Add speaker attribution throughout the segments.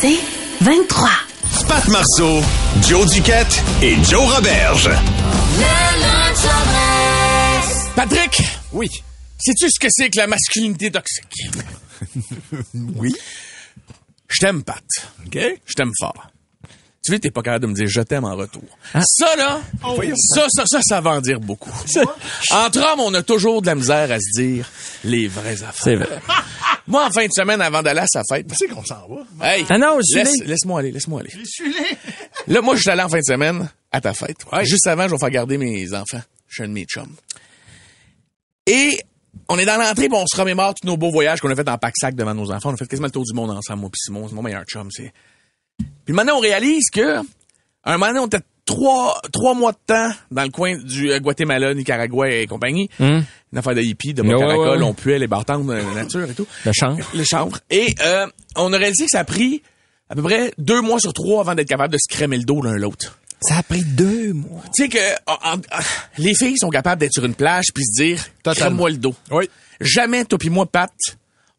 Speaker 1: C'est 23.
Speaker 2: Pat Marceau, Joe Duquette et Joe Roberge.
Speaker 3: Patrick! Oui. Sais-tu ce que c'est que la masculinité toxique?
Speaker 4: Oui.
Speaker 3: Je t'aime, Pat. OK? Je t'aime fort. Tu sais, t'es pas capable de me dire je t'aime en retour.
Speaker 4: Ah.
Speaker 3: Ça, là,
Speaker 4: Oh.
Speaker 3: ça, ça, ça, ça va en dire beaucoup. Entre hommes, on a toujours de la misère à se dire les vraies affaires.
Speaker 4: C'est vrai.
Speaker 3: Moi, en fin de semaine, avant d'aller à sa fête,
Speaker 5: Tu sais qu'on s'en va.
Speaker 3: hey,
Speaker 4: Ah non, je suis
Speaker 3: laisse-
Speaker 4: né.
Speaker 3: laisse-moi aller, laisse-moi aller.
Speaker 5: Je suis là.
Speaker 3: Là, moi, je suis allé en fin de semaine à ta fête. Juste avant, je vais faire garder mes enfants. Je suis un de mes chums. Et on est dans l'entrée, puis on se remémore tous nos beaux voyages qu'on a fait en pack-sac devant nos enfants. On a fait quasiment le tour du monde ensemble, moi puis Simon. C'est mon meilleur chum, c'est... Puis maintenant, on réalise que... Un moment donné, on était trois, trois mois de temps dans le coin du euh, Guatemala, Nicaragua et compagnie. Une affaire de hippie, de
Speaker 4: Hmm. Ouais, ouais,
Speaker 3: bocanacol,
Speaker 4: ouais.
Speaker 3: on puait les bartendes de la nature et tout.
Speaker 4: Le chanvre.
Speaker 3: Le chanvre. Et euh, on a réalisé que ça a pris à peu près deux mois sur trois avant d'être capable de se crémer le dos l'un l'autre.
Speaker 4: Ça a pris deux mois.
Speaker 3: Tu sais que en- en- les filles sont capables d'être sur une plage puis se dire
Speaker 5: Totalement.
Speaker 3: crème-moi le dos.
Speaker 5: Oui.
Speaker 3: Jamais toi puis moi Pat,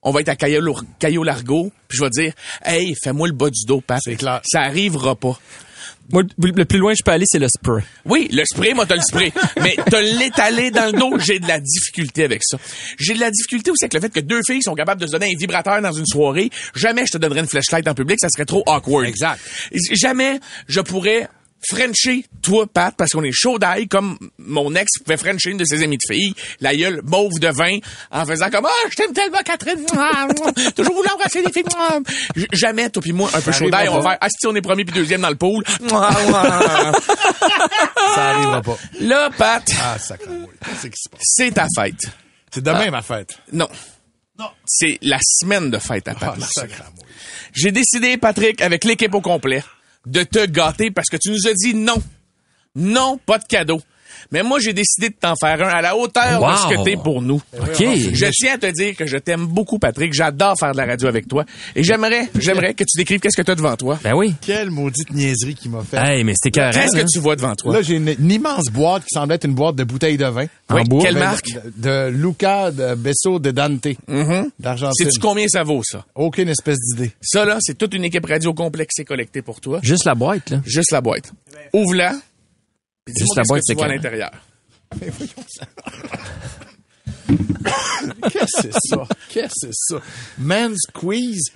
Speaker 3: on va être à Cayo, Lour- Cayo Largo puis je vais dire hey fais-moi le bas du dos Pat.
Speaker 5: C'est clair.
Speaker 3: Ça arrivera pas.
Speaker 4: Moi, le plus loin que je peux aller, c'est le spray.
Speaker 3: Oui, le spray, moi, t'as le spray. Mais t'as l'étalé dans le dos, j'ai de la difficulté avec ça. J'ai de la difficulté aussi avec le fait que deux filles sont capables de se donner un vibrateur dans une soirée. Jamais je te donnerais une flashlight en public, ça serait trop awkward.
Speaker 5: Exact.
Speaker 3: Jamais je pourrais Frencher, toi, Pat, parce qu'on est chaud d'ail, comme mon ex pouvait Frencher une de ses amies de filles, la gueule mauve de vin, en faisant comme, ah, je t'aime tellement, Catherine, Mouah, mouah. toujours vouloir embrasser les filles, Mouah. J- jamais, toi pis moi, un peu chaud d'ail, on va faire, ah, si on est premier puis deuxième dans le pool, Mouah, mouah.
Speaker 5: Ça arrivera pas.
Speaker 3: Là, Pat,
Speaker 5: Ah, sacremouille. C'est qui se passe.
Speaker 3: c'est ta fête.
Speaker 5: C'est demain, ma fête.
Speaker 3: Non.
Speaker 5: Non.
Speaker 3: C'est la semaine de fête à Pat
Speaker 5: Ah,
Speaker 3: Marceau.
Speaker 5: sacremouille.
Speaker 3: J'ai décidé, Patrick, avec l'équipe au complet, de te gâter parce que tu nous as dit non. Non, pas de cadeau. Mais moi, j'ai décidé de t'en faire un à la hauteur de ce
Speaker 4: Wow. Ben
Speaker 3: que t'es pour nous.
Speaker 4: OK.
Speaker 3: Je tiens à te dire que je t'aime beaucoup, Patrick. J'adore faire de la radio avec toi. Et j'aimerais, j'aimerais que tu décrives qu'est-ce que t'as devant toi.
Speaker 4: Ben oui.
Speaker 5: Quelle maudite niaiserie qu'il m'a fait.
Speaker 4: Hey, mais c'était carré.
Speaker 3: Qu'est-ce que tu vois devant toi?
Speaker 5: Là, j'ai une, une immense boîte qui semble être une boîte de bouteilles de vin.
Speaker 3: Oui,
Speaker 5: En bois.
Speaker 3: quelle
Speaker 5: Ben,
Speaker 3: marque?
Speaker 5: De, de Luca de Besso de Dante. Mm-hmm. D'Argentine.
Speaker 3: Sais-tu combien ça vaut, ça?
Speaker 5: Aucune espèce d'idée.
Speaker 3: Ça, là, c'est toute une équipe radio complexe et collectée pour toi.
Speaker 4: Juste la boîte, là.
Speaker 3: Juste la boîte. Ouvre-la. puis dis-moi
Speaker 4: Juste la
Speaker 3: qu'est-ce
Speaker 4: boîte,
Speaker 3: que
Speaker 4: c'est
Speaker 3: tu vois à
Speaker 4: clair.
Speaker 3: l'intérieur.
Speaker 5: Qu'est-ce que c'est ça? Qu'est-ce que c'est ça? Man squeeze,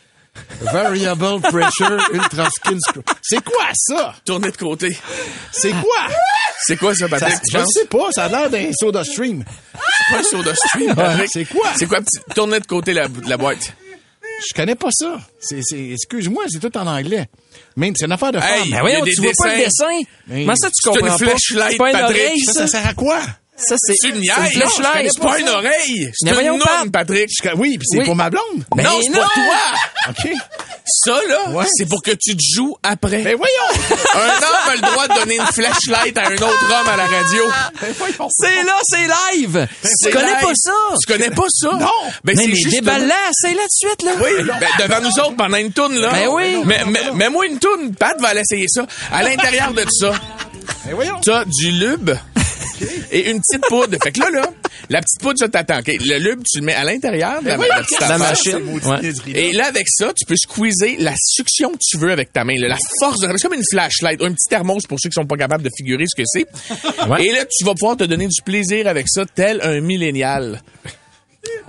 Speaker 5: variable pressure, ultra skin screw. C'est quoi ça?
Speaker 3: Tournez de côté.
Speaker 5: C'est quoi?
Speaker 3: C'est quoi ça,
Speaker 5: Ça-
Speaker 3: Patrick? tu
Speaker 5: je
Speaker 3: penses?
Speaker 5: sais pas, ça a l'air d'un soda stream.
Speaker 3: C'est pas un soda stream, Patrick.
Speaker 5: Ouais, c'est quoi?
Speaker 3: C'est quoi? petit- Tournez de côté la, la boîte.
Speaker 5: Je connais pas ça. C'est, c'est, excuse-moi, c'est tout en anglais. Mais c'est une affaire de
Speaker 4: Ben
Speaker 3: Hey,
Speaker 5: femme.
Speaker 3: Il y a
Speaker 4: voyons,
Speaker 3: des
Speaker 4: tu vois pas le
Speaker 3: dessins.
Speaker 4: dessin.
Speaker 5: Mais-
Speaker 4: Comment ça, tu
Speaker 3: C'est une
Speaker 4: comprends pas?
Speaker 3: flashlight,
Speaker 4: C'est pas une
Speaker 3: Patrick.
Speaker 4: oreille,
Speaker 5: ça,
Speaker 4: ça.
Speaker 5: ça sert à quoi?
Speaker 4: Ça, c'est
Speaker 3: C'est une
Speaker 4: c'est
Speaker 3: niaise.
Speaker 4: une flashlight.
Speaker 3: C'est pas une oreille. C'est
Speaker 4: Mais
Speaker 3: une
Speaker 4: voyons,
Speaker 3: norme, Patrick.
Speaker 5: Je- oui, puis c'est
Speaker 4: Oui.
Speaker 5: pour ma blonde.
Speaker 4: Ben
Speaker 3: non, c'est pour toi.
Speaker 5: OK.
Speaker 3: Ça, là,
Speaker 5: Ouais.
Speaker 3: c'est pour que tu te joues après.
Speaker 5: Ben voyons!
Speaker 3: un homme a le droit de donner une flashlight à un autre homme à la radio.
Speaker 5: Ben voyons.
Speaker 4: C'est là, c'est live. Tu
Speaker 3: Ben, C'est
Speaker 4: connais
Speaker 3: live.
Speaker 4: pas ça?
Speaker 3: Tu connais pas ça? Non. Ben,
Speaker 4: Mais
Speaker 3: c'est
Speaker 4: mais
Speaker 3: juste.
Speaker 4: déballe-la, c'est là de suite, là.
Speaker 3: Oui, ben, devant nous autres pendant une toune, là.
Speaker 4: Ben oui.
Speaker 3: Mais, mais, mais moi, une toune, Pat va aller essayer ça. À l'intérieur de ça,
Speaker 5: Ben voyons.
Speaker 3: t'as du lube et une petite poudre. Fait que là, là, la petite poudre, ça t'attend. OK? Le lube, tu le mets à l'intérieur de la, la petite
Speaker 4: La
Speaker 3: affaire.
Speaker 4: machine. Ouais.
Speaker 3: Et là, avec ça, tu peux squeezer la suction que tu veux avec ta main. là, la force de C'est comme une flashlight, un petit thermos pour ceux qui sont pas capables de figurer ce que c'est.
Speaker 4: Ouais.
Speaker 3: Et là, tu vas pouvoir te donner du plaisir avec ça, tel un millénial.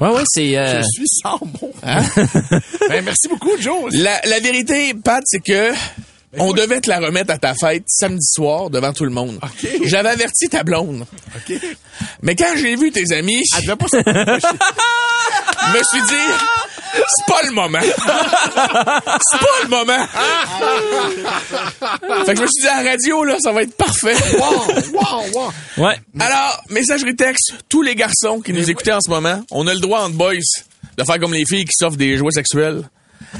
Speaker 4: Ouais, ouais, c'est, euh,
Speaker 5: Je suis sans mots. ben merci beaucoup, Joe. Ben,
Speaker 3: La, la vérité, Pat, c'est que on devait te la remettre à ta fête samedi soir devant tout le monde.
Speaker 5: OK.
Speaker 3: J'avais averti ta blonde. Mais quand j'ai vu tes amis,
Speaker 5: Elle devait pas se-
Speaker 3: je me suis dit, c'est pas le moment. c'est pas le moment.
Speaker 5: Ah!
Speaker 3: fait que je me suis dit, à la radio, là, ça va être parfait.
Speaker 5: Wow, wow, wow.
Speaker 4: ouais.
Speaker 3: Alors, messagerie texte, tous les garçons qui nous écoutaient en ce moment, on a le droit, en boys, de faire comme les filles qui s'offrent des jouets sexuels.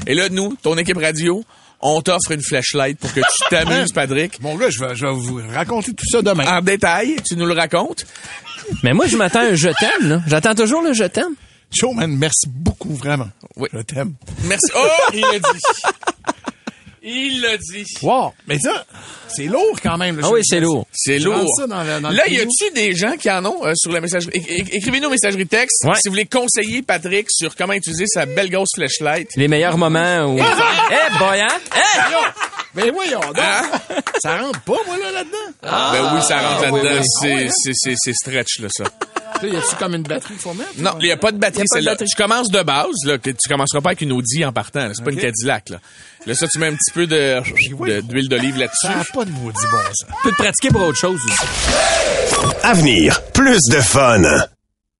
Speaker 3: Et là, nous, ton équipe radio, on t'offre une flashlight pour que tu t'amuses, Patrick.
Speaker 5: Mon gars, je vais, je vais vous raconter tout ça
Speaker 4: Ah.
Speaker 5: demain.
Speaker 3: En détail, tu nous le racontes.
Speaker 4: Mais moi, je m'attends à un je t'aime, là. J'attends toujours le je t'aime.
Speaker 5: Showman, merci beaucoup, vraiment.
Speaker 3: Oui.
Speaker 5: Je t'aime.
Speaker 3: Merci. Oh, il l'a dit. Il l'a dit.
Speaker 5: Wow! Mais ça, c'est lourd quand même. là.
Speaker 4: Ah oui,
Speaker 5: Je-
Speaker 4: c'est
Speaker 5: je-
Speaker 4: lourd.
Speaker 3: C'est
Speaker 5: Je
Speaker 3: lourd.
Speaker 5: lance ça dans le- dans le
Speaker 3: là, y
Speaker 5: tuyau.
Speaker 3: a-tu des gens qui en ont euh, sur la messagerie? É- é- Écrivez-nous messagerie texte
Speaker 4: Ouais.
Speaker 3: si vous voulez conseiller Patrick sur comment utiliser sa belle grosse flashlight.
Speaker 4: Les meilleurs moments où... Eh,
Speaker 3: Ah,
Speaker 4: boy, hein? Eh!
Speaker 5: Ben voyons donc!
Speaker 3: Hein?
Speaker 5: Ça rentre pas, moi, là, là-dedans.
Speaker 3: ben oui, ça rentre
Speaker 4: oui,
Speaker 3: là-dedans.
Speaker 4: oui.
Speaker 3: C'est- c'est- C'est c'est stretch, là, ça.
Speaker 5: Là, y a-tu comme une batterie qu'il faut mettre?
Speaker 3: Non, il n'y a pas de batterie,
Speaker 4: Il y a pas de
Speaker 3: celle-là.
Speaker 4: batterie.
Speaker 3: Tu commences de base, là, que tu commenceras pas avec une Audi en partant. là. C'est pas une Cadillac, là. Là, ça, tu mets un petit peu de- de- d'huile d'olive
Speaker 5: Ça n'a
Speaker 3: là-dessus.
Speaker 5: pas de maudit bon sens.
Speaker 4: Tu peux te pratiquer pour autre chose aussi.
Speaker 2: Avenir, plus de fun.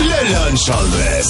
Speaker 2: Le lunch all
Speaker 6: euh,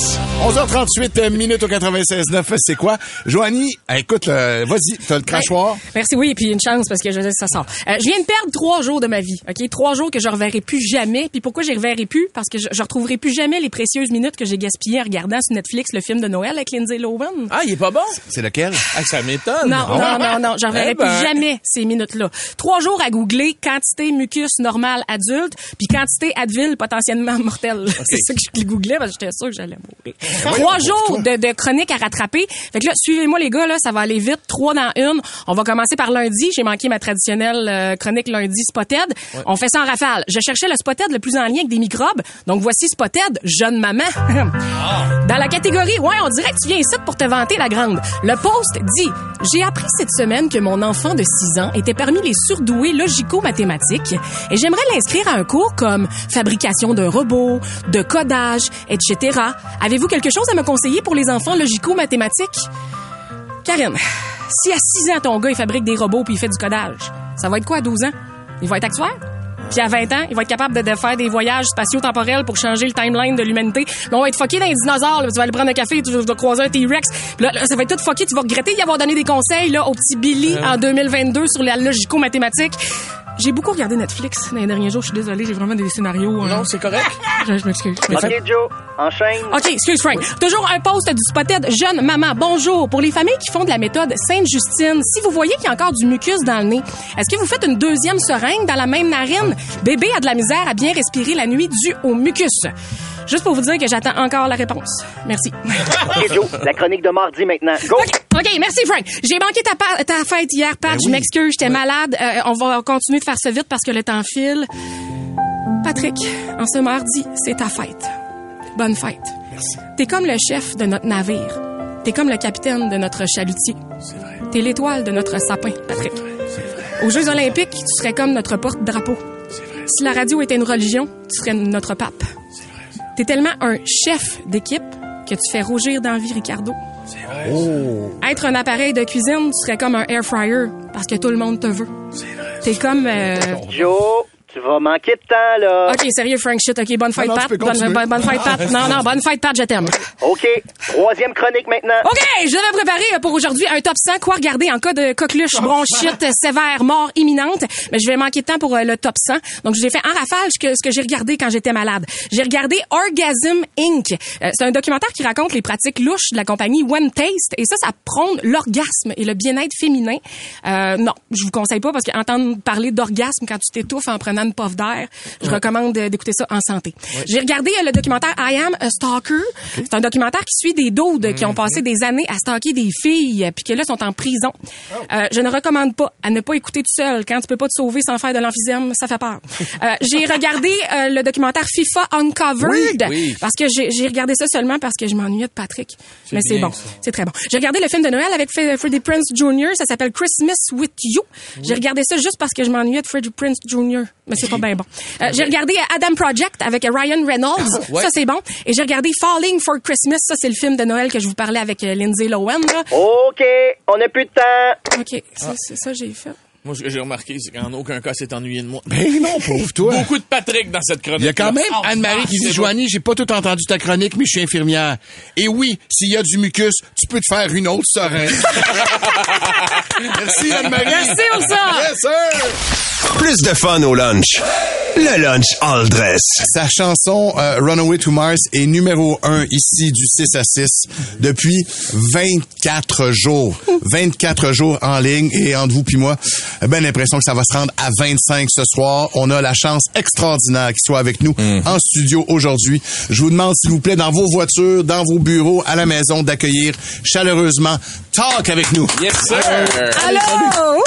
Speaker 5: 11h38 minutes au 96.9, c'est quoi? Joanie, écoute,
Speaker 6: euh,
Speaker 5: le- vas-y,
Speaker 3: Ben,
Speaker 5: t'as le crachoir.
Speaker 7: Merci, oui, et puis une chance parce que je sais que ça sort. Euh, je viens de perdre trois jours de ma vie, OK? Trois jours que je reverrai plus jamais. Puis pourquoi je reverrai plus? Parce que je, je retrouverai plus jamais les précieuses minutes que j'ai gaspillées en regardant sur Netflix le film de Noël avec Lindsay Lohan.
Speaker 3: Ah, il est pas bon?
Speaker 5: C'est lequel?
Speaker 3: Ah, ça m'étonne.
Speaker 7: Non, non, non, non, je reverrai
Speaker 3: Eh ben.
Speaker 7: plus jamais ces minutes-là. Trois jours à googler quantité mucus normale adulte, puis quantité Advil potentiellement mortelle. C'est ça que je googlais parce que j'étais sûre que j'allais mourir. Trois jours de, de chroniques à rattraper. Fait que là, suivez-moi les gars, là, ça va aller vite. Trois dans une. On va commencer par lundi. J'ai manqué ma traditionnelle euh, chronique lundi Spotted. On fait ça en rafale. Je cherchais le Spotted le plus en lien avec des microbes. Donc voici Spotted, jeune maman. Dans la catégorie, ouais, on dirait que tu viens ici pour te vanter la grande. Le post dit, j'ai appris cette semaine que mon enfant de 6 ans était parmi les surdoués logico-mathématiques et j'aimerais l'inscrire à un cours comme fabrication d'un robot, de codage, etc. Avez-vous quelque chose à me conseiller pour les enfants logico-mathématiques? Karine, si à 6 ans, ton gars, il fabrique des robots puis il fait du codage, ça va être quoi à 12 ans? Il va être actuaire? Puis à 20 ans, il va être capable de, de faire des voyages spatio-temporels pour changer le timeline de l'humanité. Là, on va être fucké dans les dinosaures. là. Tu vas aller prendre un café, tu vas croiser un T-Rex. Puis Là, là, ça va être tout fucké. Tu vas regretter d'y avoir donné des conseils là, au petit Billy en 2022 sur la logico-mathématique. J'ai beaucoup regardé Netflix dans les derniers jours. Je suis désolée, j'ai vraiment des scénarios. euh,
Speaker 3: Non, c'est correct.
Speaker 7: je, je m'excuse. Mais faites-
Speaker 8: Joe, enchaîne.
Speaker 7: OK, excuse Frank. Toujours un post du spotted jeune maman. Bonjour. Pour les familles qui font de la méthode Sainte-Justine, si vous voyez qu'il y a encore du mucus dans le nez, est-ce que vous faites une deuxième seringue dans la même narine? Bébé a de la misère à bien respirer la nuit due au mucus. Juste pour vous dire que j'attends encore la réponse. Merci.
Speaker 8: OK, Joe, la chronique de mardi maintenant. Go!
Speaker 7: OK, OK, merci Frank. J'ai manqué ta, pa- ta fête hier, Pat. Je m'excuse, j'étais malade. Euh, on va continuer de faire ça vite parce que le temps file. Patrick, en ce mardi, c'est ta fête. Bonne fête. Merci. T'es comme le chef de notre navire. T'es comme le capitaine de notre chalutier. C'est vrai. T'es l'étoile de notre sapin, Patrick. Aux Jeux olympiques, tu serais comme notre porte-drapeau. Si la radio était une religion, tu serais notre pape. T'es tellement un chef d'équipe que tu fais rougir d'envie Ricardo. Être un appareil de cuisine, tu serais comme un air fryer parce que tout le monde te veut. T'es comme. euh,
Speaker 8: Joe, tu vas manquer de temps, là.
Speaker 7: Ok, sérieux, Frank, shit. Ok, bonne fight,
Speaker 5: Ah non, tu
Speaker 7: Pat.
Speaker 5: peux
Speaker 7: Bonne,
Speaker 5: continuer.
Speaker 7: bonne, bonne fight, Pat. Non, non, bonne fight, Pat, je t'aime.
Speaker 8: OK, troisième chronique maintenant.
Speaker 7: OK, je vais préparer euh, pour aujourd'hui un top 100. Quoi regarder en cas de coqueluche, bronchite euh, sévère, mort imminente? Mais je vais manquer de temps pour euh, le top 100. Donc, j'ai fait en rafale ce que, ce que j'ai regardé quand j'étais malade. J'ai regardé Orgasm Inc. Euh, c'est un documentaire qui raconte les pratiques louches de la compagnie One Taste. Et ça, ça prône l'orgasme et le bien-être féminin. Euh, non, je vous conseille pas parce qu'entendre parler d'orgasme quand tu t'étouffes en prenant une pof d'air, je recommande euh, d'écouter ça en santé. J'ai regardé euh, le documentaire I Am a Stalker. C'est un documentaire qui suit des doudes qui
Speaker 3: Mhm.
Speaker 7: ont passé des années à stalker des filles euh, puis qui là sont en prison.
Speaker 3: Oh.
Speaker 7: Euh, je ne recommande pas à ne pas écouter tout seul quand tu peux pas te sauver sans faire de l'emphysème, ça fait peur. Euh, j'ai regardé euh, le documentaire FIFA Uncovered
Speaker 3: oui.
Speaker 7: parce que j'ai j'ai regardé ça seulement parce que je m'ennuyais de Patrick. Mais c'est
Speaker 3: bien,
Speaker 7: bon. C'est très bon. J'ai regardé le film de Noël avec Fre- Freddie Prince Jr. Ça s'appelle Christmas with You. J'ai regardé ça juste parce que je m'ennuyais de Freddie Prince Jr. mais c'est pas bien bon. Euh, j'ai regardé euh, Adam Project avec euh, Ryan Reynolds.
Speaker 9: Ouais.
Speaker 7: Ça, c'est bon. Et j'ai regardé Falling for Christmas. Ça, c'est le film de Noël que je vous parlais avec euh, Lindsay Lohan. Là.
Speaker 9: OK, on n'a plus de temps.
Speaker 7: OK, ça, c'est ça j'ai fait.
Speaker 3: Moi, ce que j'ai remarqué, c'est qu'en aucun cas, c'est ennuyé de moi.
Speaker 5: Ben
Speaker 3: Mais non, pauvre toi. Ah, Beaucoup de Patrick dans cette chronique.
Speaker 6: Il y a quand même
Speaker 5: Oh,
Speaker 6: Anne-Marie qui dit, Joanie, j'ai pas tout entendu ta chronique, mais je suis infirmière. Et oui, s'il y a du mucus, tu peux te faire une autre seringue. Merci, Anne-Marie.
Speaker 9: Merci, on le sort.
Speaker 6: Yes, sir.
Speaker 10: Plus de fun au lunch. Le lunch all dress.
Speaker 6: Sa chanson euh, Runaway to Mars est numéro 1 ici du 6 à 6 depuis 24 jours. 24 jours en ligne et entre vous puis moi, ben l'impression que ça va se rendre à 25 ce soir. On a la chance extraordinaire qu'il soit avec nous en studio aujourd'hui. Je vous demande s'il vous plaît dans vos voitures, dans vos bureaux, à la maison d'accueillir chaleureusement Talk avec nous.
Speaker 3: Yes, sir.
Speaker 7: Allô?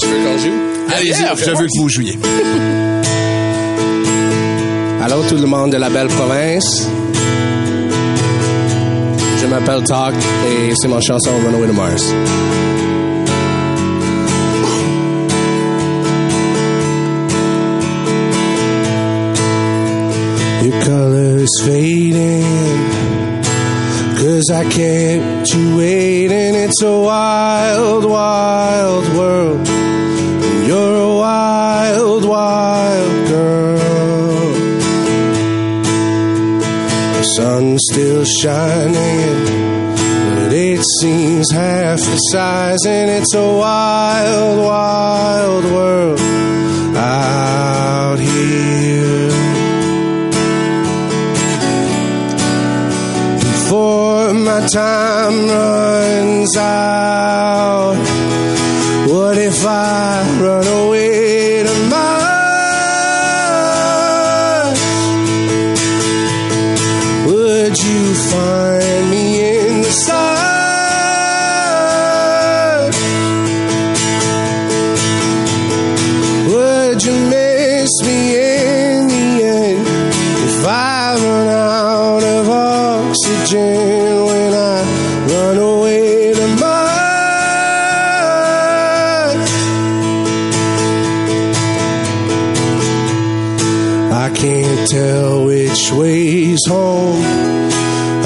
Speaker 6: Tu veux qu'on joue? Allez-y,
Speaker 11: Yeah,
Speaker 6: je veux que vous jouiez.
Speaker 11: Allô tout le monde de la belle province. Je m'appelle Talk et c'est ma chanson Runaway to Mars.
Speaker 5: Your color's fading. Cause I kept you waiting. It's a wild, wild world. And you're a wild, wild girl. The sun's still shining. But it seems half the size. And it's a wild, wild world out here. before my time runs out. What if I run away to Mars? Would you find me in the sun? Would you miss me in the end? If I run out of oxygen when I run away to Mars, I can't tell which way's home.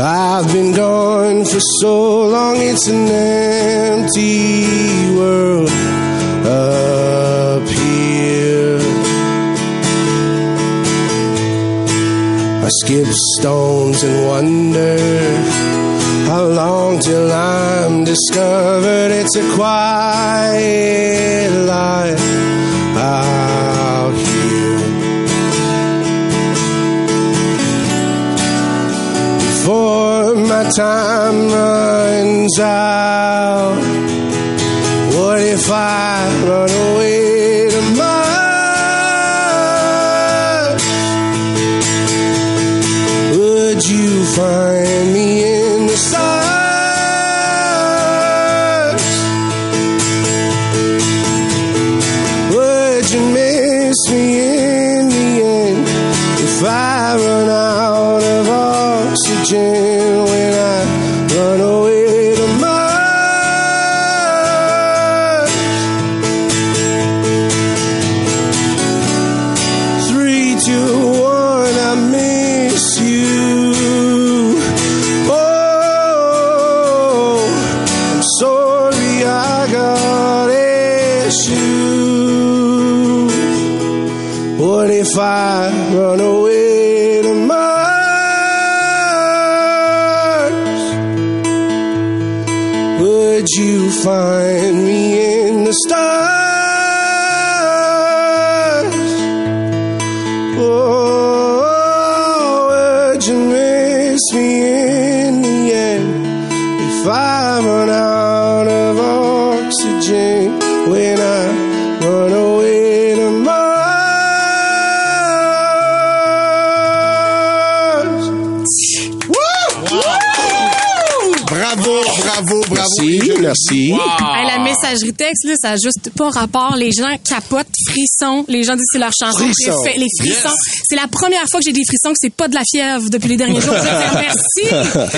Speaker 5: I've been gone for so long, it's an empty world up here. I skip stones and wonder how long till I'm discovered. It's a quiet life out here. Before my time runs out, what if I run away to Mars? Would you find me in the stars? Would you miss me in the end if I run out of oxygen when I run away to Mars? Three, two, one, I miss you. Oh, I'm sorry I got issues. What if I run away to Mars? Would you find me in the stars? Oh, would you miss me in the end if I run out of oxygen when I run away to Mars? Woo! Woo! Bravo, bravo, bravo.
Speaker 12: Merci, merci.
Speaker 7: Hey, la messagerie texte, là, ça n'a juste pas rapport. Les gens capotent, frissons. Les gens disent c'est leur chanson.
Speaker 12: Frissons.
Speaker 7: préfé- Les frissons.
Speaker 12: Yes.
Speaker 7: C'est la première fois que j'ai des frissons que c'est pas de la fièvre depuis les derniers jours. Je vais faire merci.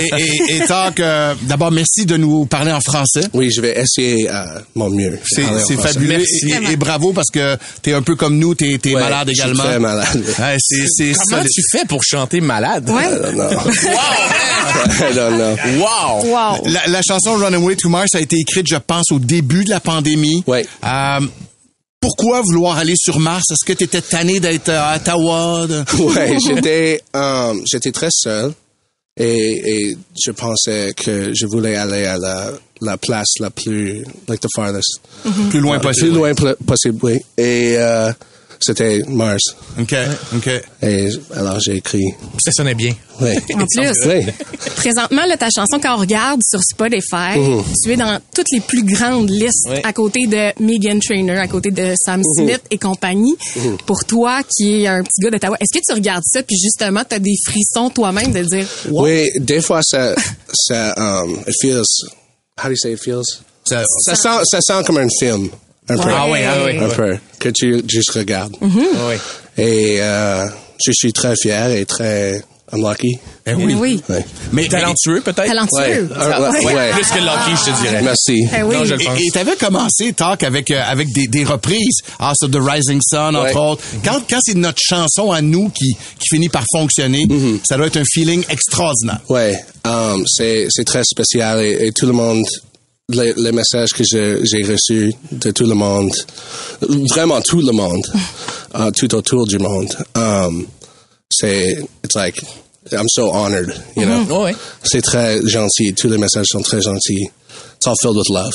Speaker 5: Et, et, et Talk, euh, d'abord, merci de nous parler en français.
Speaker 12: Oui, je vais essayer euh, mon mieux.
Speaker 5: C'est
Speaker 12: Parler en
Speaker 5: c'est
Speaker 12: français.
Speaker 5: fabuleux.
Speaker 12: Merci.
Speaker 5: Et- Et, et bravo parce que t'es un peu comme nous, t'es es
Speaker 12: Ouais,
Speaker 5: malade
Speaker 12: je suis
Speaker 5: également.
Speaker 12: très malade.
Speaker 5: Ouais, c'est- c'est
Speaker 3: Comment
Speaker 5: solide.
Speaker 3: tu fais pour chanter malade?
Speaker 7: Ouais.
Speaker 12: I don't know.
Speaker 3: Wow!
Speaker 7: Wow!
Speaker 5: La, la chanson Runaway to Mars a été écrite, je pense, au début de la pandémie. Euh, pourquoi vouloir aller sur Mars? Est-ce que tu étais tanné d'être à Ottawa? de-
Speaker 12: Ouais, j'étais euh, j'étais très seul et, et je pensais que je voulais aller à la, la place la plus like the farthest
Speaker 5: Mhm. Plus loin
Speaker 12: Euh,
Speaker 5: possible.
Speaker 12: Plus loin pl- possible, oui. Et euh, c'était Mars.
Speaker 5: OK, OK.
Speaker 12: Et Eh, alors j'ai écrit.
Speaker 3: Ça sonnait bien.
Speaker 12: Oui.
Speaker 7: En plus.
Speaker 12: Oui.
Speaker 7: Présentement, là, ta chanson, quand on regarde sur Spotify,
Speaker 12: Mhm.
Speaker 7: tu es dans toutes les plus grandes listes
Speaker 12: Ouais.
Speaker 7: à côté de Megan Trainor, à côté de Sam
Speaker 12: Mm-hmm.
Speaker 7: Smith et compagnie.
Speaker 12: Mhm.
Speaker 7: Pour toi, qui est un petit gars d'Ottawa, est-ce que tu regardes ça puis justement, t'as des frissons toi-même de dire
Speaker 12: Oui, des fois ça, ça, um, it feels. How do you say it feels?
Speaker 5: Ça,
Speaker 12: sent, ça sent comme un film, un peu.
Speaker 5: Ouais. Ah oui, ah oui.
Speaker 12: un peu que tu juste regardes.
Speaker 3: Mm-hmm.
Speaker 12: Et euh, je suis très fier et très I'm lucky.
Speaker 3: Eh
Speaker 7: ben
Speaker 3: oui.
Speaker 12: Ouais.
Speaker 3: Mais talentueux, peut-être?
Speaker 12: Talentueux. Ouais. Ah, ouais, ouais.
Speaker 3: Plus que lucky, je te dirais.
Speaker 12: Merci.
Speaker 7: Ben
Speaker 3: Eh oui. Non, je le pense.
Speaker 5: Et et t'avais commencé, Talk, avec, euh, avec des, des reprises. Ah, sur The Rising Sun, entre
Speaker 12: Ouais. Mm-hmm.
Speaker 5: autres. Quand, quand c'est notre chanson à nous qui, qui finit par fonctionner,
Speaker 12: Mm-hmm.
Speaker 5: ça doit être un feeling extraordinaire.
Speaker 12: Ouais, um, c'est c'est très spécial et, et tout le monde, les, les messages que je- j'ai reçus de tout le monde, vraiment tout le monde, euh, tout autour du monde, um, c'est it's like I'm so honored, you know.
Speaker 3: Mhm. Ouais.
Speaker 12: C'est très gentil, tous les messages sont très gentils. It's all filled with love.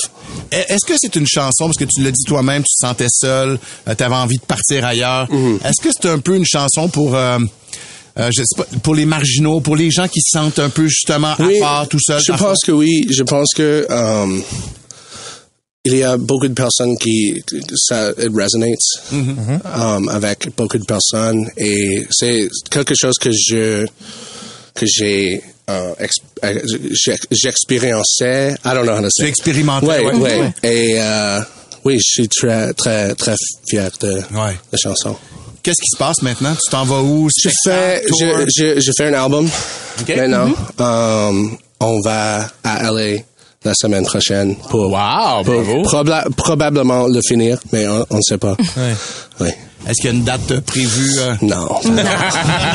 Speaker 5: Est- E, Est-ce que c'est une chanson, parce que tu l'as dit toi-même, tu te sentais seul, tu avais envie de partir ailleurs.
Speaker 12: Mm-hmm.
Speaker 5: Est-ce que c'est un peu une chanson pour, euh, euh, je sais pas, pour les marginaux, pour les gens qui se sentent un peu justement à part, tout seul? Ah,
Speaker 12: Je pense que oui. Je pense que um, il y a beaucoup de personnes qui ça it resonates um, avec beaucoup de personnes et c'est quelque chose que je que j'ai euh, exp- euh, j'ex- j'expériençais. I don't know how to say.
Speaker 5: Tu expérimentais,
Speaker 12: Ouais,
Speaker 5: ouais.
Speaker 12: ouais.
Speaker 5: Mhm.
Speaker 12: Et euh, oui, je suis très très très fier de la chanson.
Speaker 5: Qu'est-ce qui se passe maintenant? Tu t'en vas où?
Speaker 12: Je fais, je, je, je fais un album maintenant. Um, on va à LA la semaine prochaine pour,
Speaker 3: Ah,
Speaker 12: pour proba- probablement le finir, mais on on ne sait pas. Oui.
Speaker 5: Est-ce qu'il y a une date euh, prévue? euh?
Speaker 12: Non.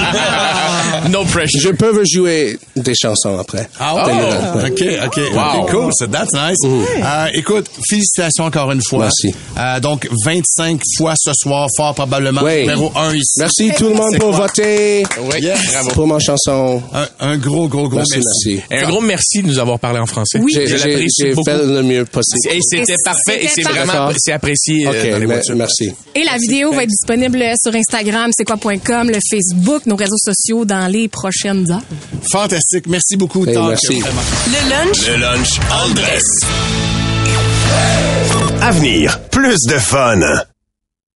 Speaker 3: no pressure.
Speaker 12: Je peux jouer des chansons après.
Speaker 5: Ah
Speaker 12: Des
Speaker 5: ouais?
Speaker 12: nouvelles, ouais.
Speaker 5: OK, OK.
Speaker 12: Wow.
Speaker 5: OK, cool. So that's nice. Euh, écoute, félicitations encore une fois.
Speaker 12: Merci.
Speaker 5: Euh, donc, 25 fois ce soir, fort probablement,
Speaker 12: Oui.
Speaker 5: numéro 1 ici.
Speaker 12: Merci tout le monde
Speaker 5: C'est
Speaker 12: pour
Speaker 5: quoi?
Speaker 12: voter.
Speaker 5: Oui. Yes. Bravo.
Speaker 12: Pour ma chanson.
Speaker 5: Un, un gros, gros, gros
Speaker 12: Merci,
Speaker 5: merci.
Speaker 12: merci.
Speaker 3: Et Un gros merci de nous avoir parlé en français.
Speaker 12: J'ai-
Speaker 3: je
Speaker 12: J'ai
Speaker 3: l'apprécie
Speaker 12: j'ai
Speaker 3: beaucoup.
Speaker 12: fait le mieux possible.
Speaker 3: Et c'était
Speaker 7: Et
Speaker 3: parfait et c'est
Speaker 7: c'était
Speaker 3: vraiment
Speaker 12: D'accord.
Speaker 3: c'est apprécié euh,
Speaker 12: OK,
Speaker 3: dans les
Speaker 12: me-
Speaker 3: voitures.
Speaker 12: merci.
Speaker 7: Et la vidéo va être disponible sur Instagram, c'est quoi.com, le Facebook, nos réseaux sociaux dans les prochaines heures.
Speaker 5: Fantastique. Merci beaucoup,
Speaker 12: Hey,
Speaker 5: Talk.
Speaker 12: merci.
Speaker 5: Vraiment.
Speaker 1: Le lunch.
Speaker 2: Le lunch all dress.
Speaker 13: Avenir, plus de fun.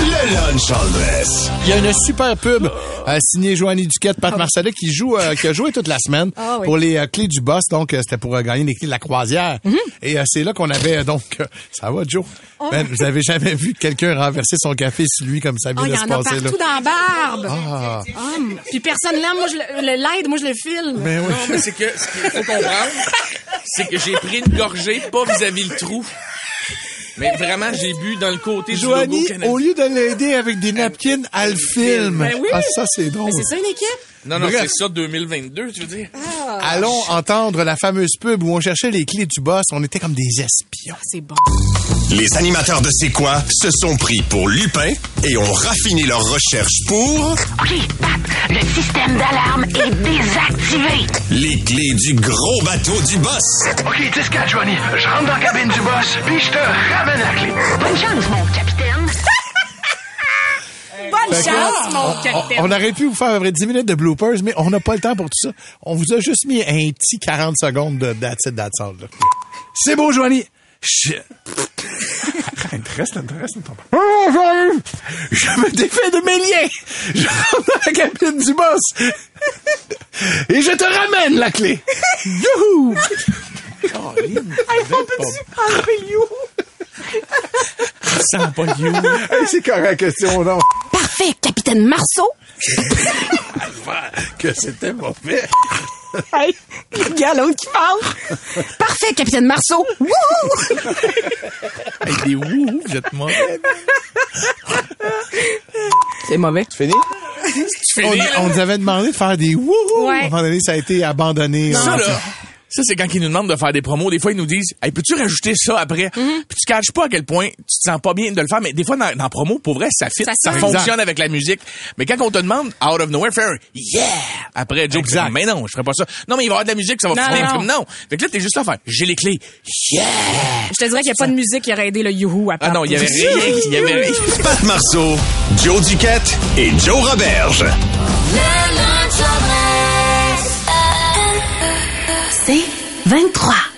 Speaker 2: Le lunch all dress.
Speaker 5: Il y a une super pub euh, signée Joanie Duquette, Pat Marcellet, qui joue, euh, qui a joué toute la semaine
Speaker 14: Ah oui.
Speaker 5: pour les euh, clés du boss. Donc, euh, c'était pour euh, gagner les clés de la croisière. Et euh, c'est là qu'on avait euh, donc, euh, ça va, Joe.
Speaker 7: Oh.
Speaker 5: Ben, vous avez jamais vu quelqu'un renverser son café sur lui comme ça
Speaker 7: Oh,
Speaker 5: vient
Speaker 7: il
Speaker 5: de
Speaker 7: y
Speaker 5: se
Speaker 7: en a
Speaker 5: passer là.
Speaker 7: partout dans la barbe.
Speaker 5: Ah.
Speaker 7: Hum. Puis personne l'aime, moi je le le l'aide, moi je le filme.
Speaker 5: Mais Ben oui.
Speaker 3: Non, mais c'est que ce qu'il faut comprendre, c'est que j'ai pris une gorgée, pas vis-à-vis le trou. Mais vraiment, j'ai bu dans le côté du
Speaker 5: Joanie,
Speaker 3: logo canadien.
Speaker 5: au lieu de l'aider avec des napkins, elle filme.
Speaker 3: Ben oui.
Speaker 5: Ah, ça, c'est drôle.
Speaker 7: Mais c'est ça une équipe?
Speaker 3: Non, non,
Speaker 5: Bref.
Speaker 3: c'est ça 2022, tu veux dire?
Speaker 5: Allons entendre la fameuse pub où on cherchait les clés du boss. On était comme des espions.
Speaker 7: C'est bon.
Speaker 10: Les animateurs de C'est quoi se sont pris pour Lupin et ont raffiné leurs recherches pour
Speaker 1: Le système d'alarme est désactivé.
Speaker 10: les clés du gros bateau du boss.
Speaker 15: Ok, tu ce Johnny. Je rentre dans la cabine du boss, puis je te ramène la clé.
Speaker 1: Bonne chance, mon capitaine.
Speaker 7: Bonne
Speaker 5: Fait que,
Speaker 7: chance,
Speaker 5: on-
Speaker 7: mon
Speaker 5: on-
Speaker 7: capitaine.
Speaker 5: On, aurait pu vous faire à vrai, 10 minutes de bloopers, mais on n'a pas le temps pour tout ça. On vous a juste mis un petit 40 secondes de That's it, that's all, là. C'est beau, Joanie! Shit.
Speaker 15: Reste, reste, j'arrive! Je me défais de mes liens! Je rentre dans la cabine du boss! Et je te ramène la clé! Youhou!
Speaker 3: Sans pas de you.
Speaker 15: C'est correct, question non.
Speaker 1: Parfait, capitaine Marceau.
Speaker 15: Que c'était mauvais.
Speaker 1: Hey, il y a l'autre qui parle. Parfait, capitaine Marceau. Wouhou!
Speaker 3: Avec des wouhou, vous êtes mauvais.
Speaker 16: C'est mauvais.
Speaker 5: Tu finis? On, on nous avait demandé de faire des wouhou.
Speaker 7: Ouais.
Speaker 5: À un moment donné, ça a été abandonné. hein.
Speaker 3: Ça,
Speaker 5: On-
Speaker 3: là, ça, c'est quand ils nous demandent de faire des promos. Des fois, ils nous disent, hey, peux-tu rajouter ça après? Puis tu caches pas à quel point tu te sens pas bien de le faire. Mais des fois, dans, dans promo, pour vrai, ça fit, ça,
Speaker 7: Ça sonne.
Speaker 3: fonctionne
Speaker 7: Exact.
Speaker 3: avec la musique. Mais quand on te demande, out of nowhere, faire, yeah! Après, Joe, exact. mais non, je ferai pas ça. Non, mais il va y avoir de la musique, ça va
Speaker 7: Non,
Speaker 3: fonctionner.
Speaker 7: non.
Speaker 3: Comme, non. Fait que là, t'es juste là à faire, j'ai les clés. Yeah!
Speaker 7: Je te dirais qu'il n'y a pas de musique qui aurait aidé le youhou à
Speaker 3: Ah non, il y avait rien, il y avait rien.
Speaker 10: Pat Marceau, Joe Duquette et Joe Roberge.
Speaker 1: C'est 23.